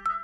いつ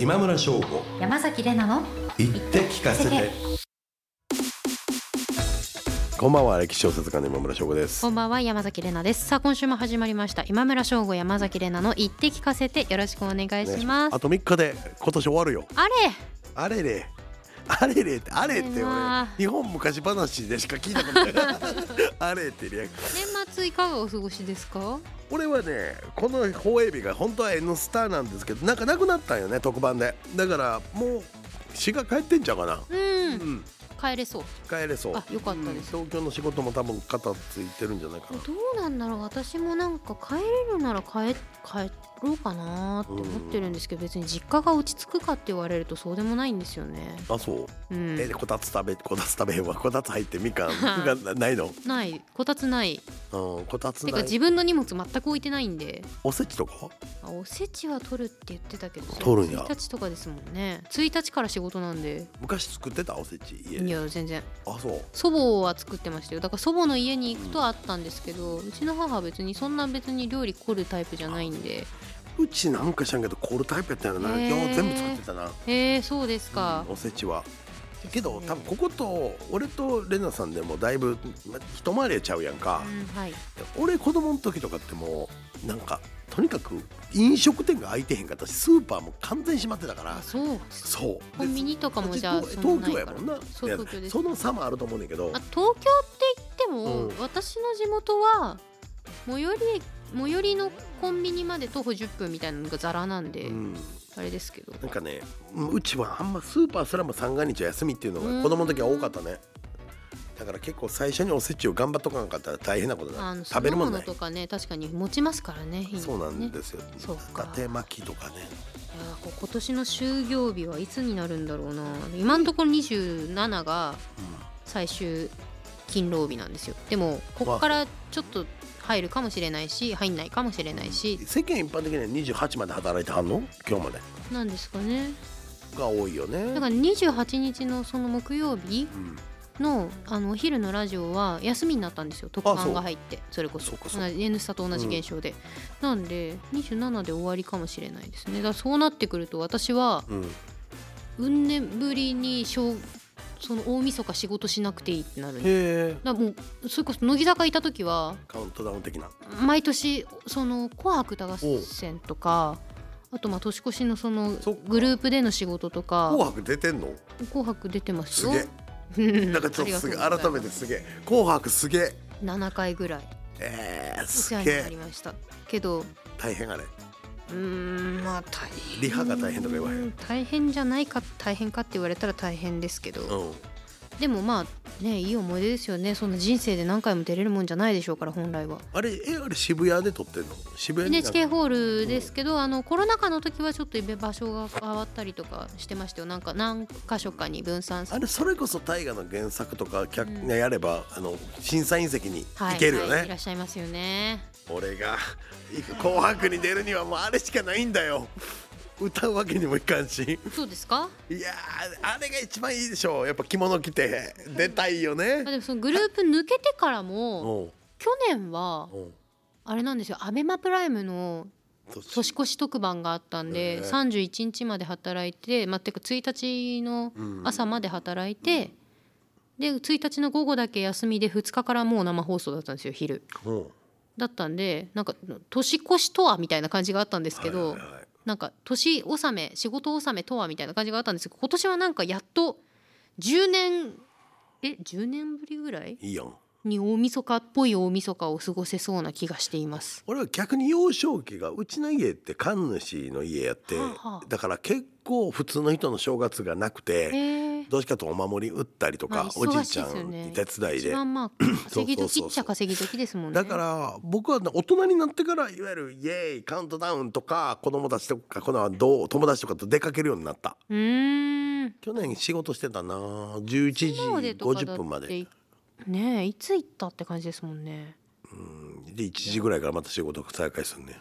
今村翔吾山崎れなの言って聞かせてこんばんは歴史小説家の今村翔吾ですこんばんは山崎れなですさあ今週も始まりました今村翔吾山崎れなの言って聞かせてよろしくお願いします、あと3日で今年終わるよあれあれれあれれってあれってう俺わ日本昔話でしか聞いたことな いあれってリアク年末いかがお過ごしですか俺はねこの放映日が本当は「N スター」なんですけどなんかなくなったんよね特番でだからもう詩が帰ってんちゃうかなうん、うん帰れそう帰れそうあよかったですうん東京の仕事も多分肩ついてるんじゃないかなどうなんだろう私もなんか帰れるなら帰帰ろうかなって思ってるんですけど別に実家が落ち着くかって言われるとそうでもないんですよねあそううんえこたつ食べこたつ食べへんわこたつ入ってみかんがなないの、ないこたつないうん、こたつてかない自分の荷物全く置いてないんでおせちとかあおせちは取るって言ってたけどそれ取るんや1日とかですもんね1日から仕事なんで昔作ってたおせち家いでや全然あそう祖母は作ってましたよだから祖母の家に行くとあったんですけどうちの母は別にそんな別に料理凝るタイプじゃないんでうちなんか知らんけどコールタイプやったよなへー今日全部作ってたな、へえそうですかうん、おせちはですねけど多分ここと俺とレナさんでもだいぶま一回りちゃうやんかう、んはい俺子供の時とかってもうなんかとにかく飲食店が開いてへんかったしスーパーも完全に閉まってたからあそうそうコンビニとかもでじゃあ東そん東なな京いやからもんなそういや東京ですその差もあると思うねんだけどあ東京って言っても、うん私の地元は最寄り最寄りのコンビニまで徒歩10分みたいなのがザラなんで、うん、あれですけどなんかねうんうちはあんまスーパーすらも三が日は休みっていうのが子供の時は多かったねだから結構最初におせちを頑張っとかなかったら大変なことあだの食べるもんない酢の物とかね確かに持ちますからねそうなんすですよそう伊か達巻きとかね今年の終業日はいつになるんだろうな今のところ27が最終勤労日なんですよでもここからちょっと入るかもしれないし入んないかもしれないし世間一般的には28まで働いてはんの今日までなんですかねが多いよねだから28日のその木曜日うんのあのお昼のラジオは休みになったんですよ特あそう番が入ってそれこそそうかそうか同じ N スタと同じ現象で、なんで27で終わりかもしれないですねだからそうなってくると私はうんうん年ぶりに小その大晦日仕事しなくていいってなるんへでえだからもうそれこそ乃木坂いた時はカウントダウン的な毎年その「紅白歌合戦」とかあとまあ年越しのそのそっかグループでの仕事「とか紅白」出てんの「紅白」出てますすよげえ なんかちょっとすげえ改めてすげえ「紅白」すげえ7回ぐらいえー、おす世話げになりえましたけど大変あれうーんまあ大変リハが大変とか言わへんう大変じゃないか大変かって言われたら大変ですけど、うんでもまあねいい思い出ですよねそんな人生で何回も出れるもんじゃないでしょうから本来はあれえあれ渋谷で撮ってんの渋谷に NHK ホールですけど、あのコロナ禍の時はちょっと場所が変わったりとかしてましたよなんか何箇所かに分散さあれそれこそ大河の原作とか脚うんねやればあの審査員席にはい行けるよね、はい、いらっしゃいますよね俺が「紅白」に出るにはもうあれしかないんだよ歌うわけにもいかんしそうですかいやーあれが一番いいでしょうやっぱ着物着て出たいよね あでもそのグループ抜けてからもうん去年はうんあれなんですよアベマプライムの年年越し特番があったんで、ええ31日まで働いて、まあ、てか1日の朝まで働いて、で1日の午後だけ休みで2日からもう生放送だったんですよ昼うんだったんでなんか年越しとはみたいな感じがあったんですけど、はいはいはいなんか年納め仕事納めとはみたいな感じがあったんですけど今年はなんかやっと10年え10年ぶりぐらいいいやんに大晦日っぽい大晦日を過ごせそうな気がしています。俺は逆に幼少期がうちの家って神主の家やって、はあはあだから結構普通の人の正月がなくて、へーどうしかとお守り売ったりとか、まあおじ忙いしちいゃですよんねに手伝い一で。番まあ稼ぎ時っちゃ稼ぎ時ですもんね。だから僕は大人になってからいわゆるイエーイカウントダウンとか子供たちとかこのどう友達とかと出かけるようになったうーん去年仕事してたな11時そうでとかだ50って分までねえいつ行ったって感じですもんねうんで1時ぐらいからまた仕事再開するね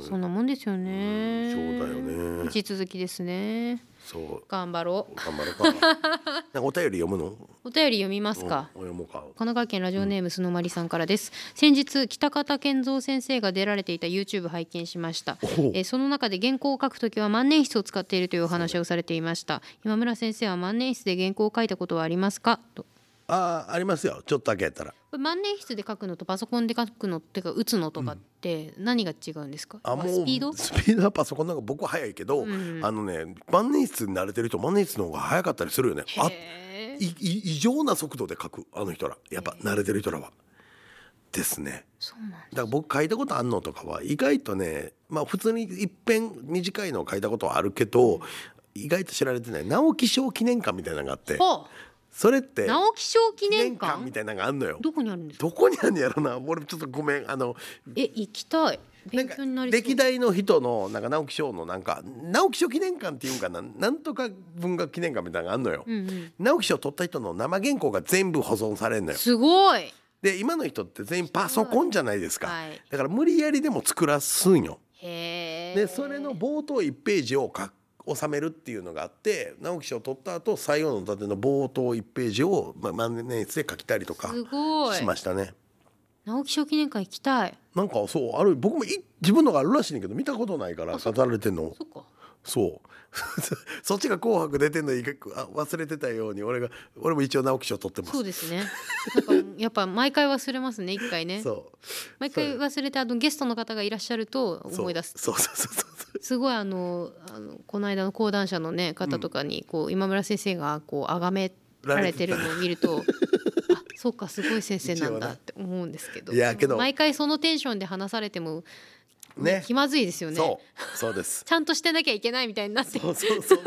そんなもんですよねそうだよね引き続きですねそう頑張ろう頑張ろう かなんかお便り読むのお便り読みますか、うん読もうか神奈川県ラジオネームすのまりさんからです、先日北方健三先生が出られていた YouTube 拝見しましたおほうえーその中で原稿を書くときは万年筆を使っているというお話をされていました今村先生は万年筆で原稿を書いたことはありますかとああありますよちょっとだけやったらこれ万年筆で書くのとパソコンで書くのっていうか打つのとかって何が違うんですか、あもまあうスピードスピードはパソコンなんか僕は早いけど、うんあのね万年筆に慣れてる人万年筆の方が早かったりするよねあへいーい異常な速度で書くあの人らやっぱ慣れてる人らはですねそうなんだだから僕書いたことあんのとかは意外とねまあ普通に一遍短いのを書いたことはあるけど意外と知られてない直木賞記念館みたいなのがあってほそれっうて直木賞記念館みたいなのがあんのよどこにあるんですかどこにあるんのやろな俺ちょっとごめんあのえ行きたいなん勉か強になりそう歴代の人のなんか直木賞のなんか直木賞記念館っていうんかななんとか文学記念館みたいなのがあんのよ、うんうん、直木賞取った人の生原稿が全部保存されんのよすごいで今の人って全員パソコンじゃないですか、はいだから無理やりでも作らすんよへえでそれの冒頭1ページを書く収めるっていうのがあって直木賞取った後最後の盾の冒頭1ページを、まあ、万年筆で書きたりとかすごいしましたね直木賞記念館行きたいなんかそうある僕もい自分のがあるらしいねんだけど見たことないから語られてんのそっかそう そっちが「紅白」出てんのにあ忘れてたように俺が俺も一応直木賞取ってますそうですねなんかやっぱ毎回忘れますね一回ねそう毎回忘れてあのゲストの方がいらっしゃると思い出すそうそうそうそうそうすごいあのあのこの間の講談社の、ね、方とかにこう、今村先生がこう崇められてるのを見 るとあそうかすごい先生なんだって思うんですけどいやけど毎回そのテンションで話されてもね気まずいですよねそうそうですちゃんとしてなきゃいけないみたいになってそうそうそうそう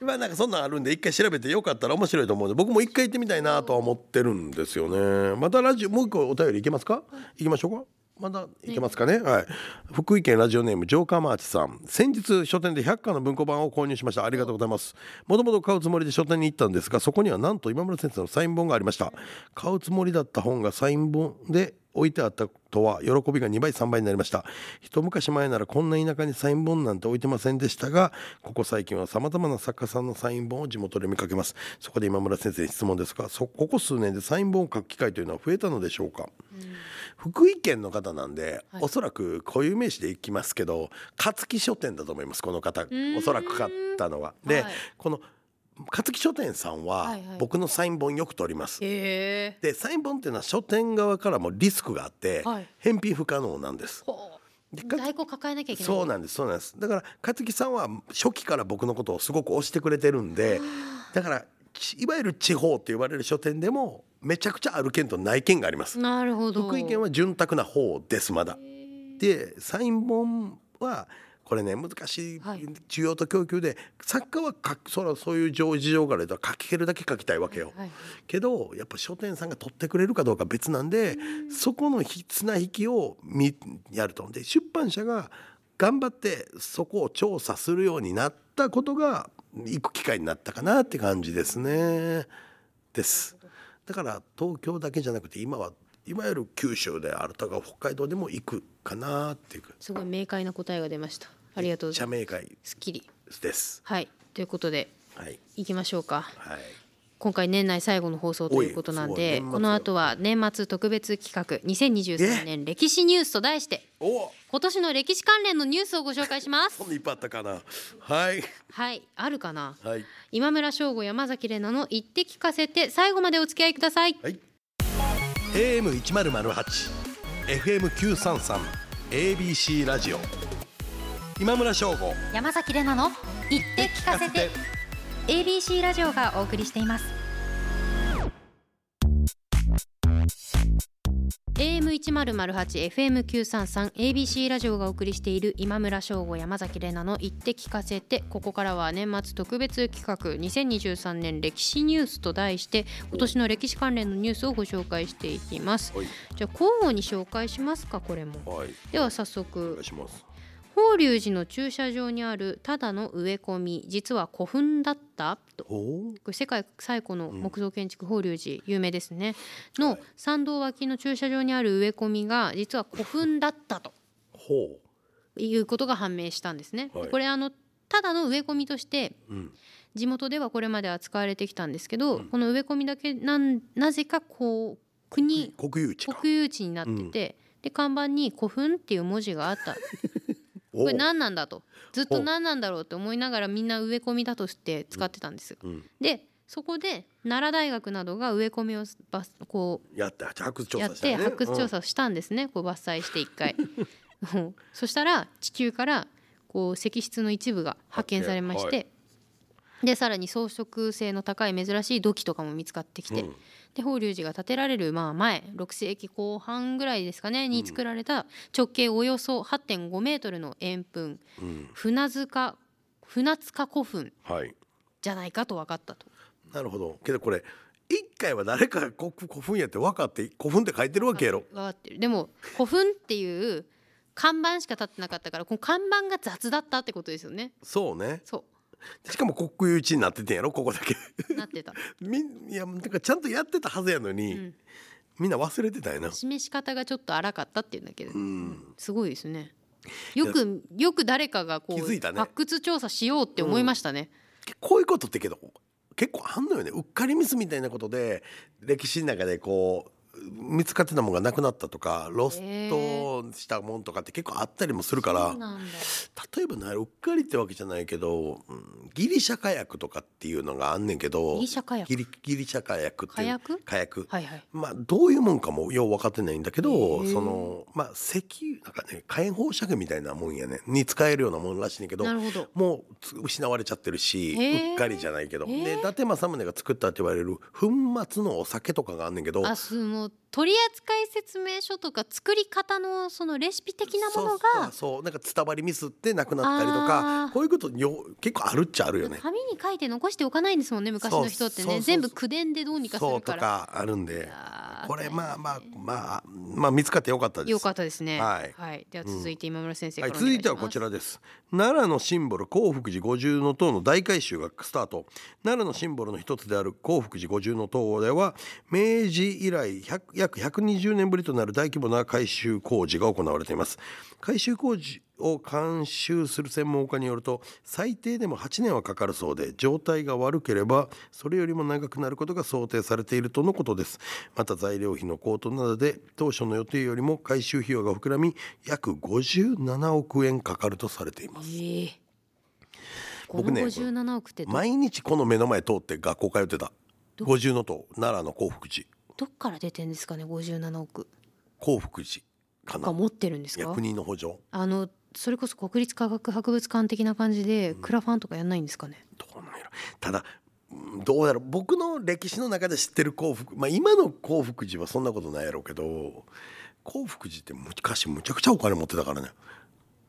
今なんかそんなんあるんで一回調べてよかったら面白いと思うんで僕も一回行ってみたいなとは思ってるんですよねまたラジオもう一個お便りいけますか行きましょうかまだいけますかね、はい福井県ラジオネームジョーカーマーチさん先日書店で100巻の文庫版を購入しましたありがとうございますもともと買うつもりで書店に行ったんですがそこにはなんと今村先生のサイン本がありました買うつもりだった本がサイン本で置いてあったとは喜びが2倍3倍になりました一昔前ならこんな田舎にサイン本なんて置いてませんでしたがここ最近はさまざまな作家さんのサイン本を地元で見かけますそこで今村先生に質問ですがそここ数年でサイン本を書く機会というのは増えたのでしょうか、福井県の方なんで、はいおそらく固有名詞でいきますけど勝木書店だと思いますこの方ーんおそらく買ったのは。で、はいこの勝木書店さんははいはい僕のサイン本よく取ります。へえでサイン本っていうのは書店側からもリスクがあって、はい返品不可能なんです。ほでうか在庫抱えなきゃいけないそうなんですそうなんですだから勝木さんは初期から僕のことをすごく推してくれてるんでだからちいわゆる地方って言われる書店でもめちゃくちゃある県とない県があります。なるほど福井県は潤沢な方ですまだ。でサイン本はこれね難しいはい需要と供給で、作家は書くそらそういう情事情から言うと書けるだけ書きたいわけよ。はいけどやっぱ書店さんが取ってくれるかどうか別なんで、そこのひ綱引きをみやるとで出版社が頑張ってそこを調査するようになったことが行く機会になったかなって感じですね。です。だから東京だけじゃなくて今はいわゆる九州であるとか北海道でも行くかなっていうすごい明快な答えが出ましたありがとうござい社ま名会すすっきりです。はいということではい行きましょうかはい。今回年内最後の放送ということなんおいでそう年末この後は年末特別企画2023年歴史ニュースと題してお今年の歴史関連のニュースをご紹介しますそんないっぱいあったかな。はいはいあるかなはい今村翔吾山崎怜奈の言って聞かせて最後までお付き合いくださいはい。AM 一ゼロゼロ八、FM 九三三、ABC ラジオ。今村翔吾。山崎怜奈の「言って聞かせて」ABC ラジオがお送りしています AM 一ゼロゼロ八 FM 九三三 ABC ラジオがお送りしている今村翔吾山崎怜奈の言って聞かせてここからは年末特別企画2023年歴史ニュースと題して今年の歴史関連のニュースをご紹介していきますはい。じゃあ交互に紹介しますかこれもはい。では早お速願いします。法隆寺の駐車場にあるただの植え込み実は古墳だったとほこれ世界最古の木造建築法隆寺、有名ですねの参道脇の駐車場にある植え込みが実は古墳だったとうほいうことが判明したんですね。はいこれあのただの植え込みとしてう、うん、地元ではこれまで扱われてきたんですけど、この植え込みだけなんなぜかこう国国有地か国有地になってて、で看板に「古墳」っていう文字があったここれ何なんだとずっとほう何なんだろうって思いながらみんな植え込みだとして使ってたんですよ。うん、でそこで奈良大学などが植え込みをばこやって発掘う調や査っしたてよね発掘調査をしたんですね、こう伐採して一回 うんそしたら地球からこう石室の一部が発見されまして、はでさらに装飾性の高い珍しい土器とかも見つかってきうんて、うんで法隆寺が建てられるまあ前6世紀後半ぐらいですかねに作られた直径およそ8.5メートルの円墳うん船塚船塚古墳はいじゃないかと分かったと。なるほどけどこれ一回は誰かが古古墳やって分かって古墳って書いてるわけやろわかってるでも古墳っていう看板しか立ってなかったからこの看板が雑だったってことですよねそうねそしかも国有地になっててんやろここだけ うなってた、みいやなんかちゃんとやってたはずやのうに、ん、みんな忘れてたよな示し方がちょっと荒かったっていうんだけど、んすごいですねよくよく誰かがこ気づう、いたね発掘調査しようって思いましたね、こういうことってけど結構あんのよねうっかりミスみたいなことで歴史の中でこう見つかってたもんがなくなったとかロストしたもんとかって結構あったりもするから、そうなんだ例えばなうっかりってわけじゃないけど、うんギリシャ火薬とかっていうのがあんねんけどギリシャ火薬ギリギリシャ火薬っていう火薬火薬はいはいまあどういうもんかもよう分かってないんだけどへえそのまあ石油なんかね火炎放射器みたいなもんやねに使えるようなもんらしいねんけどなるほどもうつ失われちゃってるしへえうっかりじゃないけどへえで伊達政宗が作ったって言われる粉末のお酒とかがあんねんけどあその取扱説明書とか作り方のそのレシピ的なものそうそうがそうなんか伝わりミスってなくなったりとかあーこういうことよ結構あるっちゃあるよね。紙に書いて残しておかないんですもんね昔の人っそうそうてそうね全部口伝でどうにかすそるうとからかあるんいでやーこれまあまあ大変ねまあまあ見つかってよかったです。よかったですねはいでは続いて今村先生かはい、らお願続いします、いてはこちらです奈良のシンボル興福寺五重の塔の大改修がスタート奈良のシンボルの一つである興福寺五重の塔では明治以来100約120年ぶりとなる大規模な改修工事が行われています改修工事を監修する専門家によると最低でも8年はかかるそうで状態が悪ければそれよりも長くなることが想定されているとのことですまた材料費の高騰などで当初の予定よりも改修費用が膨らみ約57億円かかるとされていますええこ僕のね57億ってど,、毎日この目の前通って学校通ってた五重の塔奈良の興福寺どっから出てんですかね57億興福寺かがな持ってるんですいやか国の補助あのそれこそ国立科学博物館的な感じでクラファンとかやんないんですかね、どうなんやろただうんどうやろう僕の歴史の中で知ってる幸福まあ今の幸福寺はそんなことないやろうけど幸福寺って昔むちゃくちゃお金持ってたからね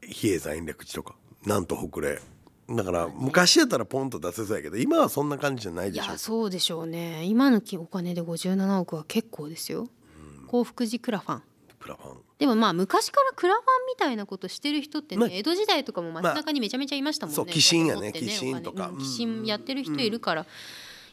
比叡山延暦寺とかなんと北霊だから昔やったらポンと出せそうやけど今はそんな感じじゃないいでしょやそうでしょうね今のきお金で57億は結構ですよ、幸福寺クラファンプラファンでもまあ昔からクラファンみたいなことしてる人ってね、まあ江戸時代とかも街まあ中にめちゃめちゃいましたもんね。そう寄進やねお金持って寄進とかおう金うんん寄進やってる人いるから、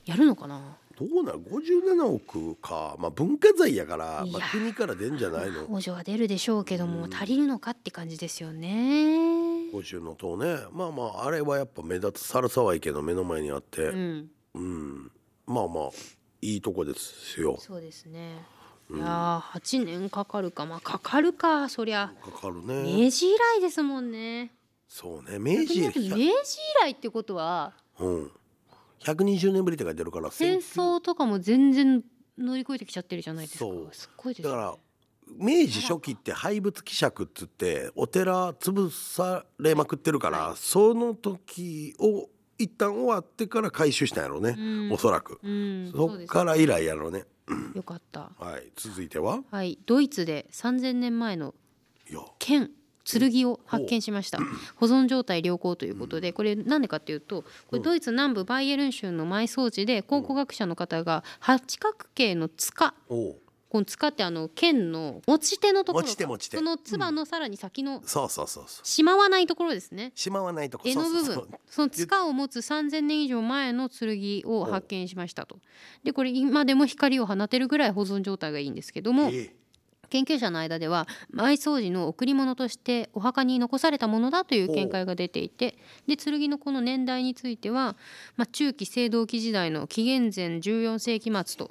やるのかな。どうなん57億か、まあ、文化財やから、いまやあ、国から出んじゃないの補助は出るでしょうけども、うん足りるのかって感じですよね。五重の塔ねまあまああれはやっぱ目立つ猿沢池の目の前にあって、うん、うん、まあまあいいとこですよ。そうですね。いやー8年かかるかまあかかるかそりゃかかるね。明治以来ですもんね。そうね、明逆治にだってよ明り治以来ってことはうん、百二十年ぶりって書いてるから、戦争とかも全然乗り越えてきちゃってるじゃないですかそう。すっごいですだね。から明治初期って廃仏希釈っつってお寺潰されまくってるから、はその時を一旦終わってから回収したんやろうね、うんおそらく、うん、そそうっですから以来やろうね。よかった。はい、続いては、はい、ドイツで3000年前のいや、剣剣を発見しました保存状態良好ということでこれなんでかっていうとこれドイツ南部バイエルン州の埋葬地で考古学者の方が八角形の塚おう、この使ってあの剣の持ち手のところ持ち手持ち手そのつばのさらに先のそうそうそうそうしまわないところですねしまわないとこ柄のそ部うそう分そうその塚を持つ3,000年以上前の剣を発見しましたと。でこれ今でも光を放てるぐらい保存状態がいいんですけどもええ研究者の間では埋葬時の贈り物としてお墓に残されたものだという見解が出ていてで剣のこの年代については、まあ、中期青銅器時代の紀元前14世紀末と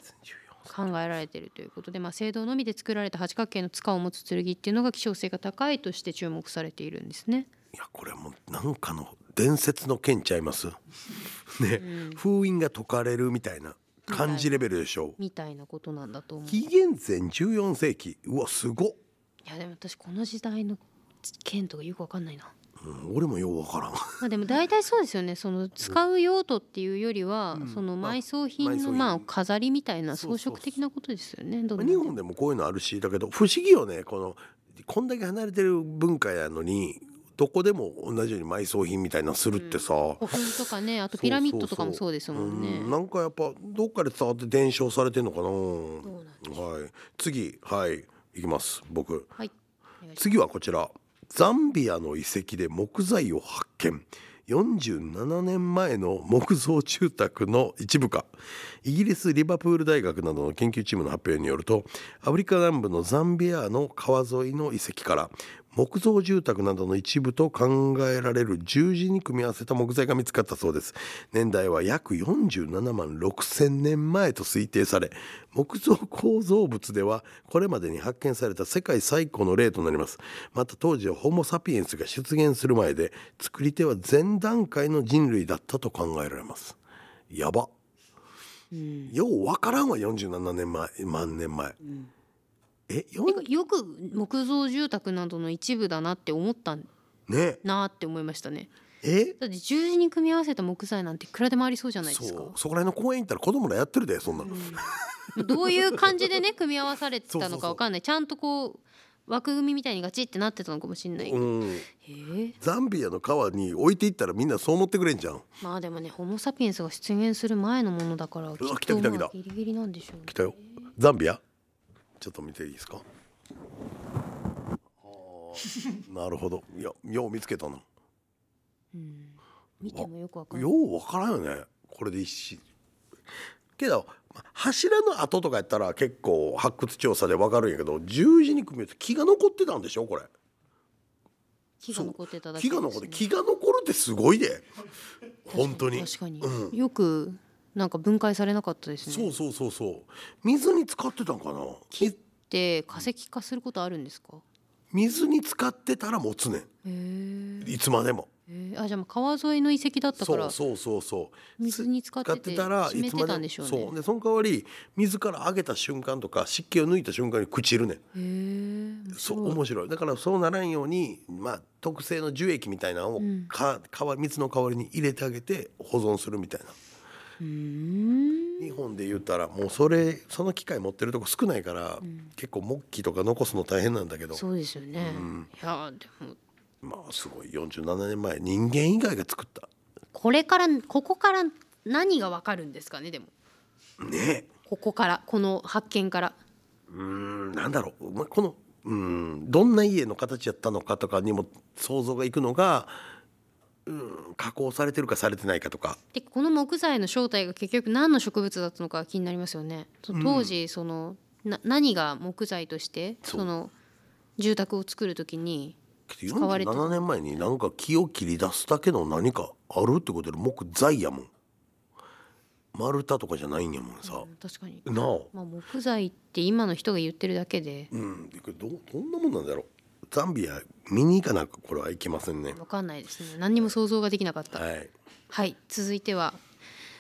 考えられているということで、まあ、青銅のみで作られた八角形の塚を持つ剣っていうのが希少性が高いとして注目されているんですね。いやこれもうなんかの伝説の剣ちゃいます ね、封印が解かれるみたいな感じレベルでしょうみたいなことなんだと思う。紀元前14世紀うわすごっ、いやでも私この時代の剣とかよくわかんないな。うん、俺もようわからん まあでも大体そうですよね。その使う用途っていうよりは、その埋葬埋品葬の品まあ飾りみたいなそうそうそ装う飾的なことですよね。どんな日本でもこういうのあるしだけど不思議よねこのこんだけ離れてる文化やのにどこでも同じように埋葬品みたいなのするってさ、古墳とかね、あとピラミッドとかもそうですもんね。うなんかやっぱどっかで伝わって伝承されてんのかなうなんはい次はいいきます僕はい。お願いし次はこちらザンビアの遺跡で木材を発見47年前の木造住宅の一部かイギリスリバプール大学などの研究チームの発表によるとアフリカ南部のザンビアの川沿いの遺跡から木造住宅などの一部と考えられる十字に組み合わせた木材が見つかったそうです年代は約47万6,000年前と推定され木造構造物ではこれまでに発見された世界最古の例となりますまた当時はホモ・サピエンスが出現する前で作り手は前段階の人類だったと考えられますやばようわからんわ47年前万年前、えよます。てかよく木造住宅などの一部だなって思ったねなって思いましたね。えだって十字に組み合わせた木材なんていくらでもありそうじゃないですかそう。そこら辺の公園行ったら子供らやってるでそんなの、どういう感じでね組み合わされてたのかわかんないちゃんとこう枠組みみたいにガチってなってたのかもしんない、へうん、えザンビアの川に置いていったらみんなそう思ってくれんじゃんまあでもねホモ・サピエンスが出現する前のものだからきっ来た来たと来またあギリギリなんでしょうね来たよザンビアちょっと見ていいですかあーなるほどいやよう見つけたなうん、見てもよくわかんなよいうわからんよねこれで一しけどま柱の跡とかやったら結構発掘調査でわかるんやけど十字に組み合わせ木が残ってたんでしょこれ木が残ってただけ木ですがね、残って木が残るってすごいで本当に確かに、うよくなんか分解されなかったですねそうそうそうそう水に浸かってたんかな木って化石化することあるんですか水に浸かってたら持つねへんえいつまでもへえあじゃあもう川沿いの遺跡だったかそらうそうそうそう水に浸かってて浸たら湿っいつまてでたもんでしょうねそうでその代わり水から上げた瞬間とか湿気を抜いた瞬間に朽ちるねんへえ面そ白うい面白いだからそうならんように、まあ、特製の樹液みたいなのをんか、かわ水の代わりに入れてあげて保存するみたいなうーん日本で言ったらもうそれその機械持ってるとこ少ないから、結構木器とか残すの大変なんだけどそうですよね。いやでもまあすごい47年前人間以外が作ったこれからここから何がわかるんですかねでもねここからこの発見から。うーんなんだろう、まあ、このうーんどんな家の形やったのかとかにも想像がいくのがうん加工されてるかされてないかとかでこの木材の正体が結局何の植物だったのか気になりますよね。その当時その、な何が木材としてそうその住宅を作るときにけど使われて47年前になんか木を切り出すだけの何かあるってことで木材やもん丸太とかじゃないんやもんさ、確かに、なあまあ、木材って今の人が言ってるだけでうんこれどどんなもんなんだろうザンビア見に行かなくこれはいけませんねわかんないですね何にも想像ができなかった。はいはい続いては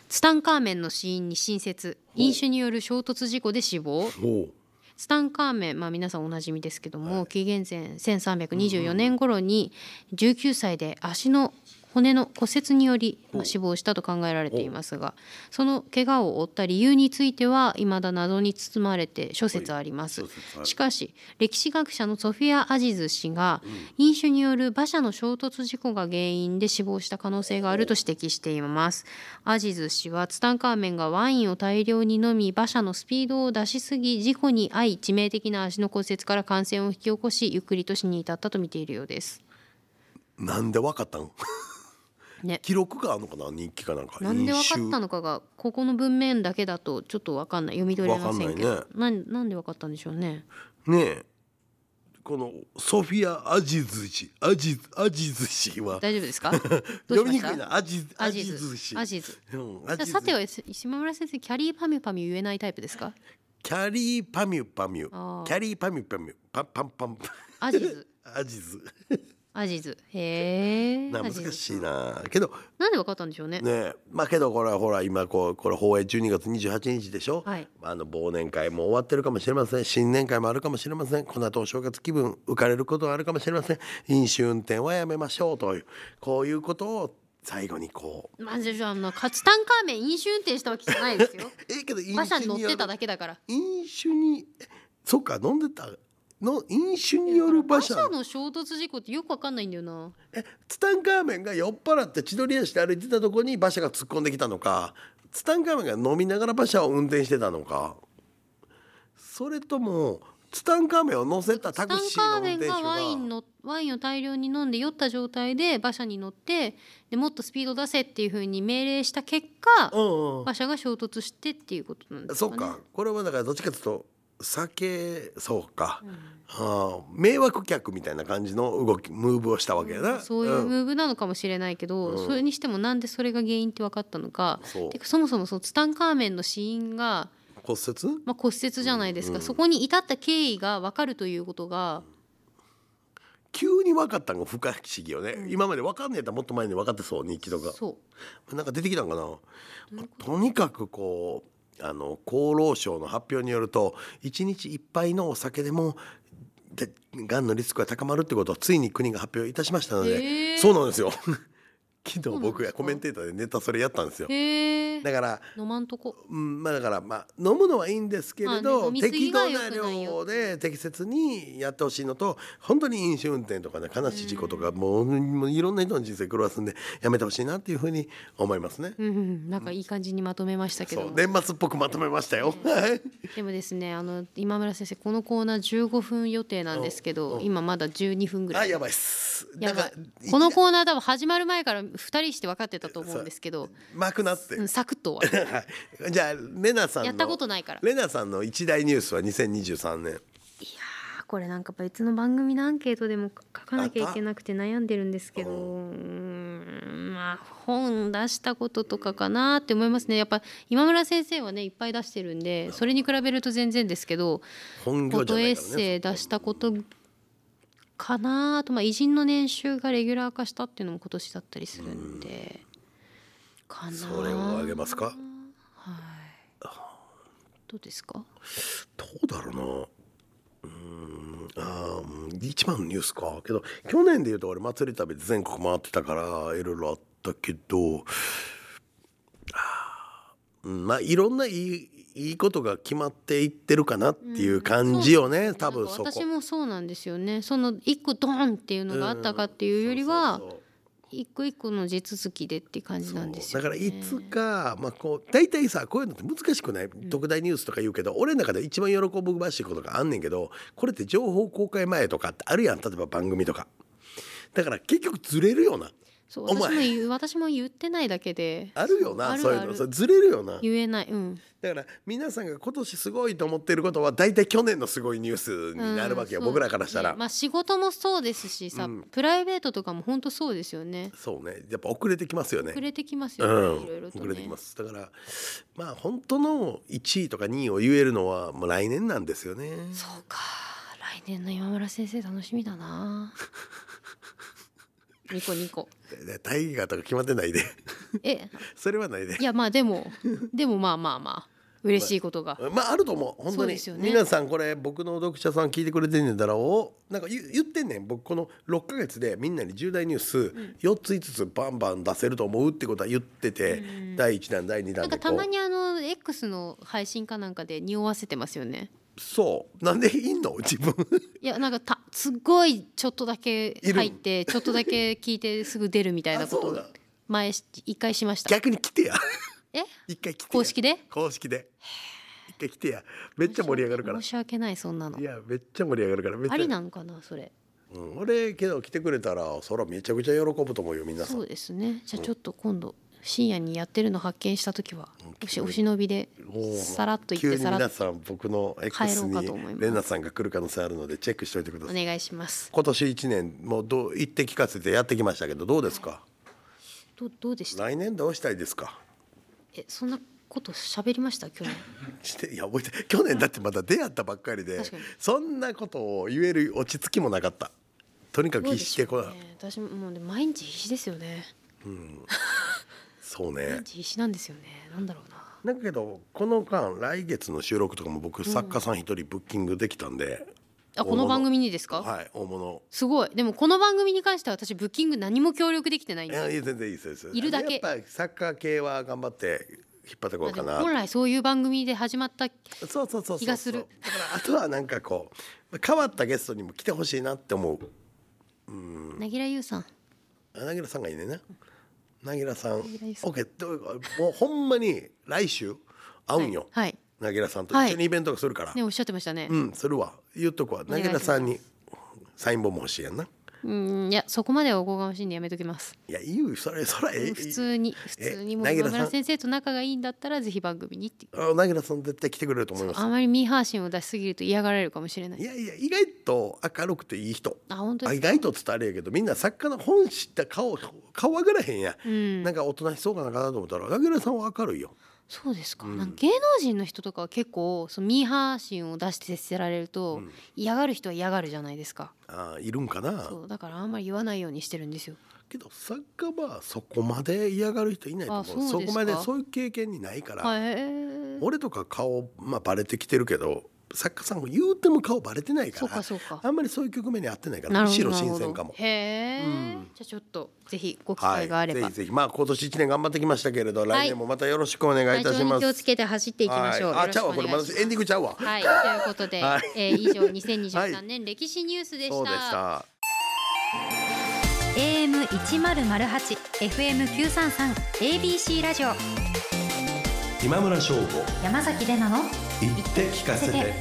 ツタンカーメンの死因に新設飲酒による衝突事故で死お亡うツタンカーメン、まあ、皆さんおなじみですけども、紀元前1324年頃に19歳で足の骨の骨折により、まおあ、死亡したと考えられていますがその怪我を負った理由については未だ謎に包まれて諸説ありますはい諸説あるしかし歴史学者のソフィア・アジズ氏が飲酒による馬車の衝突事故が原因で死亡した可能性があると指摘していますアジズ氏はツタンカーメンがワインを大量に飲み馬車のスピードを出しすぎ事故に遭い致命的な足の骨折から感染を引き起こしゆっくりと死に至ったと見ているようですなんでわかったん ね記録があるのかな日記かなんかなんでわかったののかがここの文面だけだとちょっとわかんない読み取れませんけどわかなんなんでわかったんでしょ うねねえこのソフィア・アジズ氏アジズアジズ氏は大丈夫ですかどうし読まみにしくいたなアジアアジジズズ氏アジズうんアジズさては島村先生キャリーパミュパミュ言えないタイプです かキャリーパミュパミュあーキャリーパミュパミュパンパンパンアジズアジズアジズへえな難しいなけどなんでわかったんでしょうねねえまあけどこれはほら今こうこれ放映12月28日でしょ、はいあの忘年会も終わってるかもしれません新年会もあるかもしれませんこの後お正月気分浮かれることがあるかもしれません飲酒運転はやめましょうというこういうことを最後にこうまあじゃああのカツタンカーメン飲酒運転したわけじゃないですよええけど飲馬車に乗っによてるただけだから飲酒にえそっか飲んでたの飲酒による馬車馬車の衝突事故ってよくわかんないんだよなえツタンカーメンが酔っ払って千鳥足で歩いてたとこに馬車が突っ込んできたのかツタンカーメンが飲みながら馬車を運転してたのかそれともツタンカーメンを乗せたツタタンクシカーのー運メン転手がワインがのワインを大量に飲んで酔った状態で馬車に乗ってでもっとスピード出せっていうふうに命令した結果、うんうん馬車が衝突してっていうことなんですそかうね。かこれはだからどっちかというと酒そうか、ああ迷惑客みたいな感じの動きムーブをしたわけだな、そういううんムーブなのかもしれないけど、うんそれにしてもなんでそれが原因って分かったのかそうてかそもそもそのツタンカーメンの死因が、骨折まあ、骨折じゃないですか、そこに至った経緯が分かるということが、急に分かったのが不可思議よね、今まで分かんねえともっと前に分かってそう日記とかそなんか出てきたんかなとにかくこうあの厚労省の発表によると1日1杯のお酒でもでがんのリスクが高まるってことをついに国が発表いたしましたので、へーそうなんですよ 昨日なんですか僕がコメンテーターでネタそれやったんですようへえだから、飲まんとこうん、まあだからまあ飲むのはいいんですけれまあねど、飲み過適ぎ当がな良くないよ量で適切にやってほしいのと本当に飲酒運転とかね悲しい事故とかもうもういろんな人の人生狂わすんでやめてほしいなっていうふうに思いますね。うんうんなんかいい感じにまとめましたけどそうも年末っぽくまとめましたよ。はいでもですねあの今村先生このコーナー15分予定なんですけおどう今まだ12分ぐらあいやばいっす。やばないんかこのコーナー多分始まる前から2人して分かってたと思うんですけど、まくなって。うん、サクッと終わはい じゃあレナさんのるやったことないからレナさんの一大ニュースは2023年。あーこれなんか別の番組のアンケートでも書かなきゃいけなくて悩んでるんですけどあっうたーんまあ本出したこととかかなって思いますねやっぱ今村先生はねいっぱい出してるんでそれに比べると全然ですけど本フ業ォじゃトなエッいからセね。イ出したことかなあとまあ偉人の年収がレギュラー化したっていうのも今年だったりするんでかなあそれをあげますか。はいどうですかどうだろうな。うーんあーうん一番のニュースかけど去年でいうと俺祭り旅で全国回ってたからいろいろあったけどあーうんまあいろんないいいいことが決まっていってるかなっていう感じよね、多分なんそかこ。私もそうなんですよねその一個ドンっていうのがあったかっていうよりはそうそうそう一個一個の地続きでって感じなんですよ、だね、からいつか、まあ、こう大体さこういうのって難しくない、特大ニュースとか言うけど俺の中で一番喜ぶばしいことがあんねんけどこれって情報公開前とかってあるやん例えば番組とかだから結局ずれるよなそうお前私も言う私も言ってないだけであるよなあるそういうあのるそれずれるよな言えないうんだから皆さんが今年すごいと思ってることは大体去年のすごいニュースになるわけよ、うん僕らからしたら。そうねまあ、仕事もそうですしさ、うんプライベートとかも本当そうですよねそうねやっぱ遅れてきますよね触れてきますうよんね、いろいろと、ね、遅れてきますだからまあ本当の1位とか2位を言えるのはもう来年なんですよねそうか来年の今村先生楽しみだなニコニコでタイガーとか決まってないで えそれはないでいやまあでもでもまあまあまあ嬉しいことがまああると思う本そ当うに、ですよね皆さんこれ僕の読者さん聞いてくれてんねんだろうなんか言言ってんねん僕この6ヶ月でみんなに重大ニュース4つ5つバンバン出せると思うってことは言ってて、第1弾第2な弾んでかたこまうにあの X の配信かなんかで匂わせてますよねそうなんでいんの自分いやなんかたすっごいちょっとだける入ってちょっとだけ聞いてすぐ出るみたいなこあそうとだ前し一回しました 逆に来てやえ一回来てや公式で公式で一回来てやめっちゃ盛り上がるから申し訳ないそんなのいやめっちゃ盛り上がるからめっちゃありなんかなそれうん、俺けど来てくれたらそらめちゃくちゃ喜ぶと思うよ皆さんそうですねじゃあちょっと今度深夜にやってるの発見した時はおしお忍びでおーさらっと行って急にさら皆っとさん僕の帰 X ろうかと思いにますレナさんが来る可能性あるのでチェックしておいてくだおさい願いします今年一年もうどう言って聞かせてやってきましたけどどうですかどうどうでした来年どうしたいですかえそんなこと喋りました 去年していや覚えて去年だってまだ出会ったばっかりで確かにそんなことを言える落ち着きもなかったとにかくどう必で死しでょこうなね私もうね毎日必死ですよねそう毎ね日必死なんですよねなんだろうなだけどこの間来月の収録とかも僕作家さん一人ブッキングできたんで、あこの番組にですか、はい大物すごいでもこの番組に関しては私ブッキング何も協力できてないんいでやいや全然いいですよいるだけやっぱりサッカー系は頑張って引っ張ってこまうあでかもな本来そういう番組で始まったそうそうそうそう気がするだからあとはなんかこう変わったゲストにも来てほしいなって思うなぎらゆうさんなぎらさんがいいねんななぎらさんオぎらさんッケーどういうこともうほんまに来週会うんよ、はいなぎらさんとはい一緒にイベントがするから、ねおっしゃってましたねうんするわ言っとくわお願ないぎらさんにサイン本も欲しいやんなうんいやそこまではおこがましいんでやめときますいやいいよそれそれええ普通に普通にもうなぎら今さん村先生と仲がいいんだったらぜひ番組にってあなぎらさん絶対来てくれると思いますあまりミーハー心を出しすぎると嫌がられるかもしれないいやいや意外と明るくていい人あ本当あで意すか外と伝わるやけどみんな作家の本知った顔顔はぐらへんや、うんなんか大人しそうかなかなと思ったらラグラさんは明るいよそうですか,、うんなんか芸能人の人とかは結構そのミーハー心を出して接せられると、うん嫌がる人は嫌がるじゃないですかあーいるんかなそうだからあんまり言わないようにしてるんですよけど作家はそこまで嫌がる人いないと思うあそそうですかこまでそういう経験にないから、はいえー俺とか顔、まあ、バレてきてるけど作家さんも言うても顔バレてないかそうらかそうかあんまりそういう局面に合ってないからなるむほしどろなる新ほ鮮どかも。へえ、うんじゃあちょっとぜひご機は会があい、れぜば、ひぜひまあ今年一年頑張ってきましたけれど、い来年もまたよろしくお願いい体たし調まにす。気をつけて走っていきましょう、はい、よあろちしゃくうおわこれ願まいしまだすエンディングちゃうわ。はい、ということ で、はいえー以上2023は年歴史ニュースでそうでした。 AM 一ゼロゼロ八、FM 九三三、ABC ラジオ今村翔吾山崎れなの言って聞かせて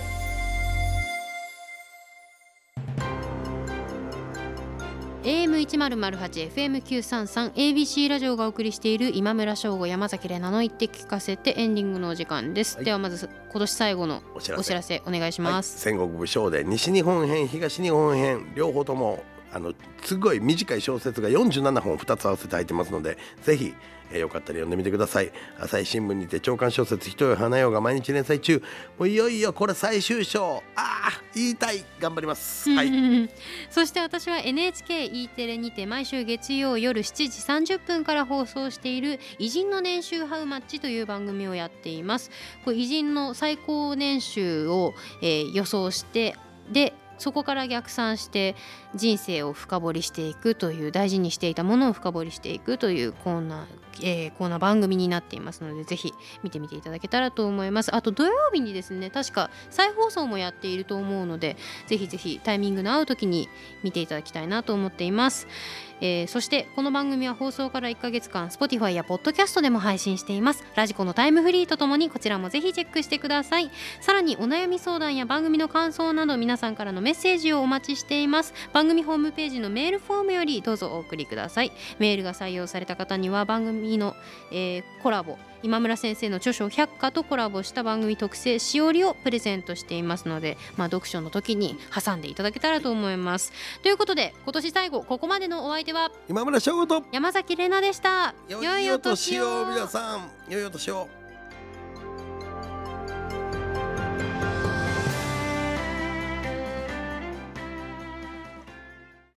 AM 一ゼロゼロ八 FM 九三三 ABC ラジオがお送りしている今村翔吾山崎怜奈の言って聞かせてエンディングのお時間です。はいではまず今年最後のお知らせお知らせお願いしはまい、す。戦国武将で西日本編東日本編両方ともあのすごい短い小説が47本2つ合わせて入ってますのでぜひ、えーよかったら読んでみてください朝日新聞にて長官小説「ひとよ花よ」が毎日連載中もういよいよこれ最終章あー言いたい頑張ります、はうい、んうんうんそして私は NHKE テレにて毎週月曜夜7時30分から放送している「偉人の年収ハウマッチ」という番組をやっています。これ偉人の最高年収を、えー予想してでそこから逆算して人生を深掘りしていくという大事にしていたものを深掘りしていくというコーナー、えーコーナー番組になっていますのでぜひ見てみていただけたらと思いますあと土曜日にですね確か再放送もやっていると思うのでぜひぜひタイミングの合う時に見ていただきたいなと思っています、えーそしてこの番組は放送から1ヶ月間 Spotify や Podcast でも配信していますラジコのタイムフリーとともにこちらもぜひチェックしてくださいさらにお悩み相談や番組の感想など皆さんからのメッセージをお待ちしています番組ホームページのメールフォームよりどうぞお送りくださいメールが採用された方には番組の、えーコラボ今村先生の著書「百科」とコラボした番組特製しおりをプレゼントしていますので、まあ、読書の時に挟んでいただけたらと思いますということで今年最後ここまでのお相手は今村翔吾と山崎れなでした良いお年を皆さん良いお年を